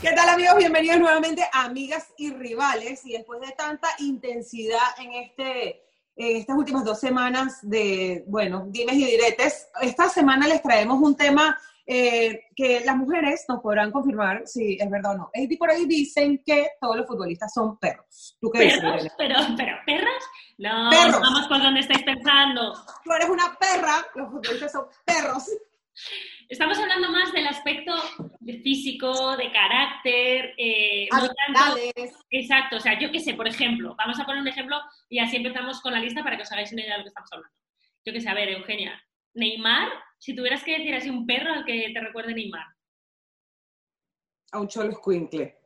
¿Qué tal amigos? Bienvenidos nuevamente a Amigas y Rivales. Y después de tanta intensidad en, este, en estas últimas dos semanas de, bueno, dimes y diretes, esta semana les traemos un tema eh, que las mujeres nos podrán confirmar si es verdad o no. Es por ahí dicen que todos los futbolistas son perros. ¿Tú qué dices, ¿Perros? Elena? ¿Pero, pero perras? No, Pues Perros. vamos por donde estáis pensando. Tú eres una perra, los futbolistas son perros. Estamos hablando más del aspecto de físico, de carácter, eh, Ah, no tanto... Habilidades. Exacto, o sea, yo qué sé, por ejemplo, vamos a poner un ejemplo y así empezamos con la lista para que os hagáis una idea de lo que estamos hablando. Yo qué sé, a ver, Eugenia, Neymar, si tuvieras que decir así un perro al que te recuerde Neymar. A un cholo escuincle.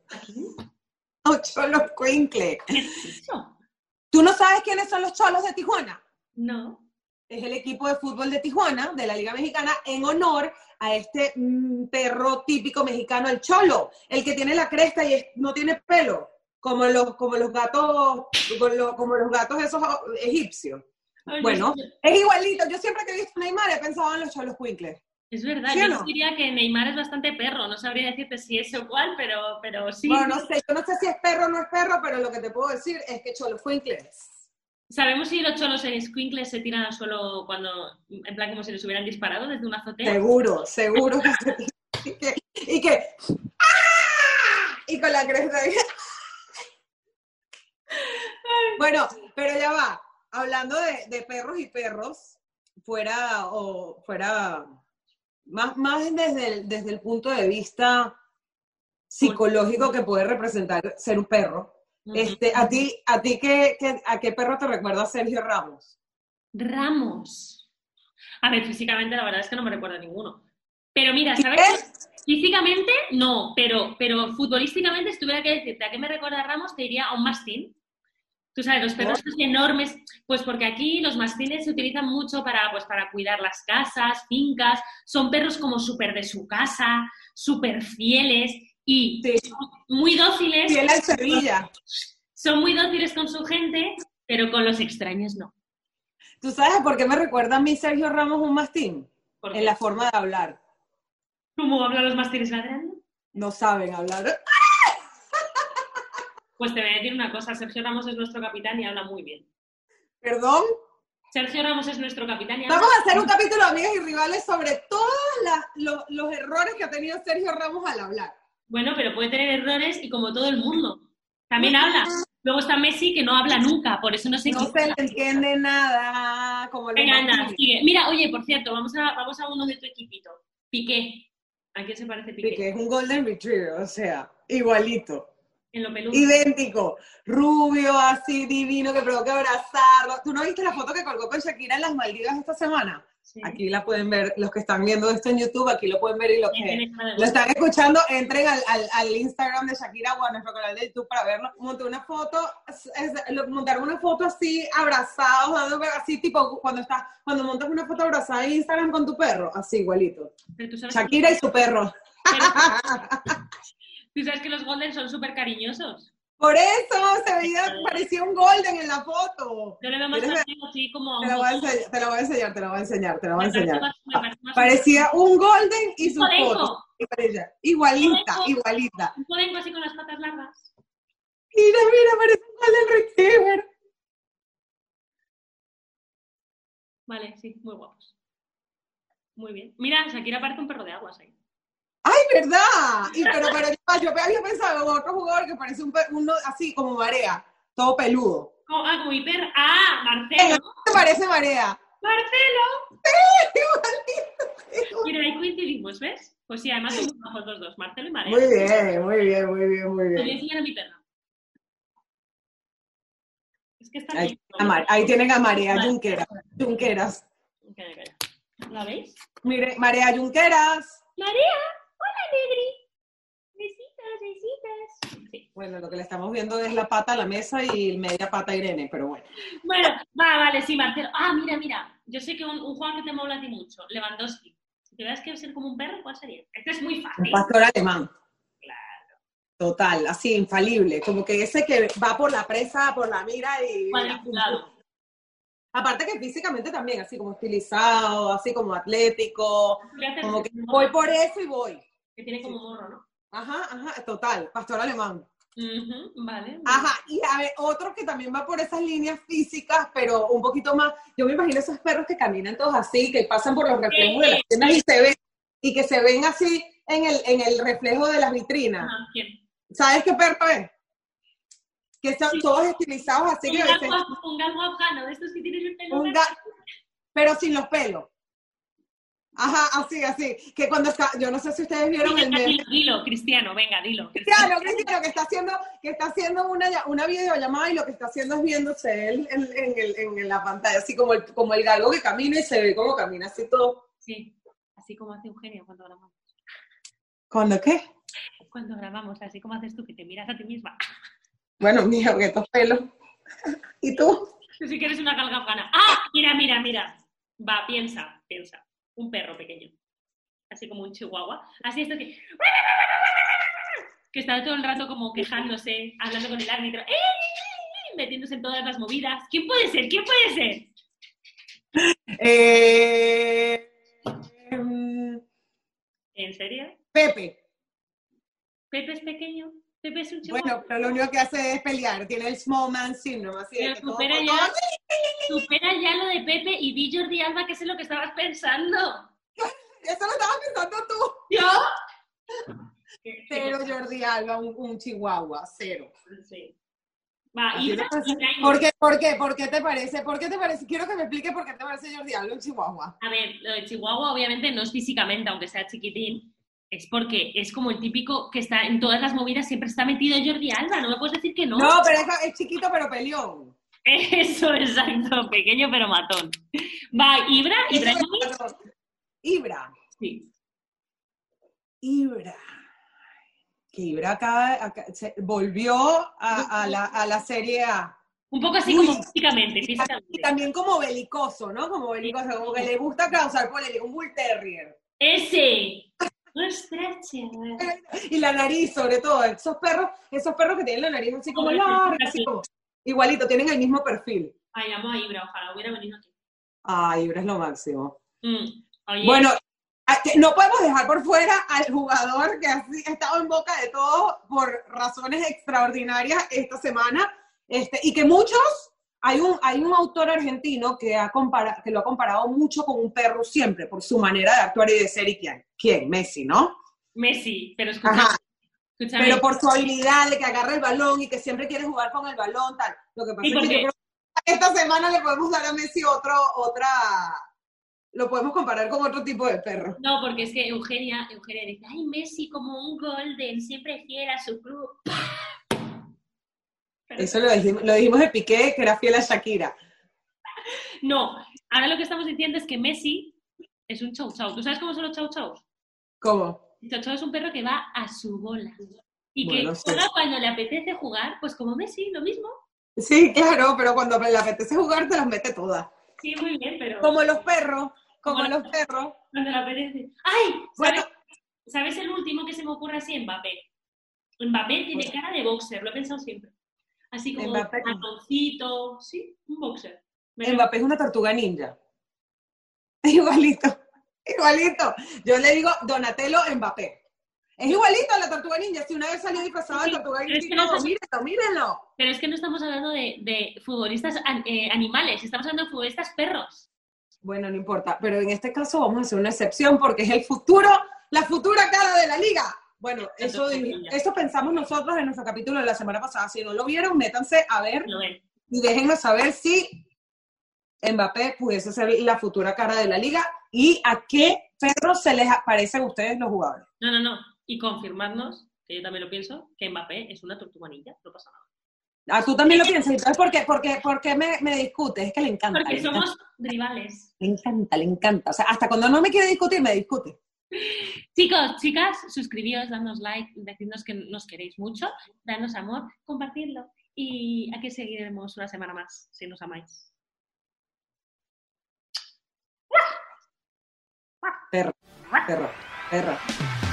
A un cholo escuincle. ¿Qué es eso? ¿Tú no sabes quiénes son los cholos de Tijuana? No. es el equipo de fútbol de Tijuana, de la Liga Mexicana, en honor a este mm, perro típico mexicano, el cholo, el que tiene la cresta y es- no tiene pelo, como los, como los gatos, como los, como los gatos esos oh, egipcios. Ay, Bueno, es- es igualito. Yo siempre que he visto a Neymar he pensado en los cholos cuincles. Es verdad, ¿sí o yo no? diría que Neymar es bastante perro, no sabría decirte si es igual, pero, pero sí. Bueno, no sé, yo no sé si es perro o no es perro, pero lo que te puedo decir es que cholos cuincles. ¿Sabemos si los cholos en Squinkles se tiran al suelo cuando, en plan como si les hubieran disparado desde una azotea? Seguro, seguro que se- y que, y que ¡ah! y con la cresta. ahí. Bueno, pero ya va. Hablando de, de perros y perros, fuera o fuera más, más desde, el, desde el punto de vista psicológico que puede representar ser un perro. Ujú. Este, a ti, a ti qué, qué- a qué perro te recuerda Sergio Ramos? Ramos. A ver, físicamente la verdad es que no me recuerda a ninguno. Pero mira, ¿sabes? Físicamente no, pero, pero futbolísticamente si tuviera que decirte a qué me recuerda Ramos, te diría a un mastín. Tú sabes, los perros estos enormes, pues porque aquí los mastines se utilizan mucho para, pues, para cuidar las casas, fincas, son perros como súper de su casa, súper fieles y Sí. muy dóciles, Fiel al Sevilla. son muy dóciles con su gente, pero con los extraños no. ¿Tú sabes por qué me recuerda a mí Sergio Ramos un mastín? Porque En la forma de hablar. ¿Cómo hablan los mastines ladrando? No saben hablar. Pues te voy a decir una cosa, Sergio Ramos es nuestro capitán y habla muy bien. Perdón. Sergio Ramos es nuestro capitán y habla Vamos a hacer un capítulo, amigas y rivales, sobre todos los, los errores que ha tenido Sergio Ramos al hablar. Bueno, pero puede tener errores y como todo el mundo. También habla. Luego está Messi que no habla nunca, por eso no se No equivoca. se le entiende nada. Como los Venga, anda, mastines. sigue. Mira, oye, por cierto, vamos a, vamos a uno de tu equipito. Piqué. ¿A quién se parece Piqué? Que es un Golden Retriever, o sea, igualito. En lo peludo. Idéntico. Rubio, así, divino, que provoca abrazarlo. ¿Tú no viste la foto que colgó con Shakira en las Maldivas esta semana? Sí. Aquí la pueden ver, los que están viendo esto en YouTube, aquí lo pueden ver y lo Sí, que... tiene cara de Lo están escuchando, entren al, al- al Instagram de Shakira o a nuestro canal de YouTube para verlo. Monté una foto, es- es- lo- montaron una foto así, abrazados, dando- así tipo cuando estás, cuando montas una foto abrazada en Instagram con tu perro, así igualito. Pero tú sabes, Shakira y su perro. tú sabes que los Golden son súper cariñosos. Por eso se veía, parecía un golden en la foto. Yo le veo más Eres- parecido así como a Te la un... voy a enseñar, te la voy a enseñar, te la voy a enseñar, te la voy a Me parece enseñar. más- me parece más- Parecía un golden y su Un conejo. foto. Igualita, igualita. Un podenco así con las patas largas. Mira, mira, parece un golden retriever. Vale, sí, muy guapos. Muy bien. Mira, Shakira parece un perro de aguas ahí. ¡Ay, verdad! Y pero, pero yo- yo había pensado en otro jugador que parece un, pe- uno así como marea, todo peludo. Como- ah, como hiper. ¡Ah! Venga, ¡Marcelo! ¿Te parece marea? ¡Marcelo! Igualito. Mira, ahí coincidimos, ¿ves? Pues sí, además son bajos los dos, Marcelo y Marea. Muy bien, muy bien, muy bien, muy Te voy a bien. enseñar a mi perra. Es que está Ahí, a Mar- ahí tienen a Marea Junqueras. Junqueras. Calla, calla. ¿La veis? Mire, Marea Junqueras. ¡Marea! ¡Hola, Negri! Besitos, besitos. Sí. Bueno, lo que le estamos viendo es la pata a la mesa y media pata a Irene, pero bueno. Bueno, va, vale, sí, Marcelo. Ah, mira, mira. Yo sé que un, un jugador que te mola a ti mucho, Lewandowski. Si tuvieras que ser como un perro, ¿cuál sería? Este es muy Un fácil. pastor alemán. Total, así, infalible. Como que ese que va por la presa, por la mira y... Cuadriculado. Aparte que físicamente también, así como estilizado, así como atlético, Gracias, como que ¿no? voy por eso y voy. Que tiene como morro, ¿no? Ajá, ajá, total, pastor alemán. Ujú, vale. Ajá, y a ver, otro que también va por esas líneas físicas, pero un poquito más. Yo me imagino esos perros que caminan todos así, que pasan por los reflejos de las tiendas y se ven, y que se ven así en el, en el reflejo de las vitrinas. Ajá, bien. ¿Sabes qué perro es? Que son Sí. todos estilizados así, Un que a veces- galgo- un galgo afgano, de estos que tienes el pelo. un verde. ga- pero sin los pelos. Ajá, así, así. Que cuando está, yo no sé si ustedes vieron el Venga, meme. dilo, dilo, Cristiano, venga, dilo. Cristiano. Claro, Cristiano, que está haciendo, que está haciendo una, ll- una videollamada y lo que está haciendo es viéndose él en, en el- en- en la pantalla, así como el, como el galgo que camina y se ve como camina así todo. Sí, así como hace Eugenia cuando grabamos. ¿Cuándo qué? Cuando grabamos, así como haces tú, que te miras a ti misma. Bueno, mira, que estos pelos. ¿Y tú? Si quieres una galga afgana. ¡Ah! Mira, mira, mira. Va, piensa, piensa. Un perro pequeño. Así como un chihuahua. Así esto que... Que está todo el rato como quejándose, hablando con el árbitro. ¡Eh, eh, eh, eh! Metiéndose en todas las movidas. ¿Quién puede ser? ¿Quién puede ser? Eh, em, ¿En serio? Pepe. ¿Pepe es pequeño? ¿Pepe es un chihuahua? Bueno, pero lo único que hace es pelear. Tiene el small man syndrome, así de Pero que todo- supera todo- ya, supera ya lo de Pepe y di Jordi Alba, que es lo que estabas pensando. Eso lo estabas pensando tú. ¿Yo? Pero Jordi Alba, un, un chihuahua, cero. Sí. Va, Así y lo una pasa. y una- ¿Por qué, por qué, por qué te parece? ¿Por qué te parece? Quiero que me expliques por qué te parece Jordi Alba un chihuahua. A ver, lo de Chihuahua obviamente no es físicamente, aunque sea chiquitín. Es porque es como el típico que está en todas las movidas, siempre está metido Jordi Alba, no me puedes decir que no. No, pero es, es chiquito pero peleón. Eso, exacto, pequeño pero matón. Va, Ibra, Ibra, Ibra. sí. Ibra. Que Ibra acaba, acá- se- volvió a, a la, a la Serie A. Un poco así Uy. como físicamente, físicamente. Y también como belicoso, ¿no? Como belicoso, como que le gusta causar polémica, un bull terrier. Ese. Ostras, chaval. Y la nariz, sobre todo, esos perros, esos perros que tienen la nariz así como Como larga, perfil. así como- igualito, tienen el mismo perfil. Ay, amo a Ibra, ojalá hubiera venido aquí. Ah, Ibra es lo máximo. Mm, oye, Bueno, a- que no podemos dejar por fuera al jugador que ha si- ha estado en boca de todos por razones extraordinarias esta semana, este, y que muchos, hay un, hay un autor argentino que, ha compara- que lo ha comparado mucho con un perro siempre, por su manera de actuar y de ser, y quién, quién Messi, ¿no? Messi, pero escúchame, Ajá, escúchame. pero por su habilidad de que agarra el balón y que siempre quiere jugar con el balón, tal. Lo que pasa ¿Y es por que yo qué? creo que esta semana le podemos dar a Messi otro, otra, lo podemos comparar con otro tipo de perro. No, porque es que Eugenia, Eugenia dice, ay, Messi como un golden, siempre fiel a su club. Pero- Eso lo dijimos, lo dijimos de Piqué, que era fiel a Shakira. No, ahora lo que estamos diciendo es que Messi es un chau chau. ¿Tú sabes cómo son los chau chau? ¿Cómo? El chau chau es un perro que va a su bola. Y que Bueno, sí. juega cuando le apetece jugar, pues como Messi, lo mismo. Sí, claro, pero cuando le apetece jugar, te las mete todas. Sí, muy bien, pero Como los perros, como Como los perros. cuando le apetece. ¡Ay! ¿Sabes, Bueno. ¿Sabes el último que se me ocurre así? Mbappé. Mbappé tiene Bueno. cara de boxer, lo he pensado siempre. Así como Pues Mbappé. patoncito, sí, un boxer. Me- Mbappé es una tortuga ninja. Igualito, igualito. Yo le digo Donatello Mbappé. Es igualito a la tortuga ninja. Si una vez salió disfrazado de Sí, tortuga pero es ninja, que no no, es- mírenlo, mírenlo. Pero es que no estamos hablando de, de futbolistas an- eh, animales, estamos hablando de futbolistas perros. Bueno, no importa, pero en este caso vamos a hacer una excepción porque es el futuro, la futura cara de la liga. Bueno, eso, di- eso pensamos nosotros en nuestro capítulo de la semana pasada. Si no lo vieron, métanse a ver Lo es. y déjenos saber si Mbappé pudiese ser la futura cara de la liga y a qué perros se les aparecen a ustedes los jugadores. No, no, no. Y confirmarnos, que yo también lo pienso, que Mbappé es una tortuganilla, no pasa nada. Ah, tú también lo piensas. Entonces, ¿por qué, por qué- por qué me, me discutes? Es que le encanta. Le Porque encanta, somos rivales. le encanta, le encanta. O sea, hasta cuando no me quiere discutir, me discute. Chicos, chicas, suscribíos, danos like, decidnos que nos queréis mucho, danos amor, compartidlo. Y aquí seguiremos una semana más, si nos amáis. Perro, perro, perro.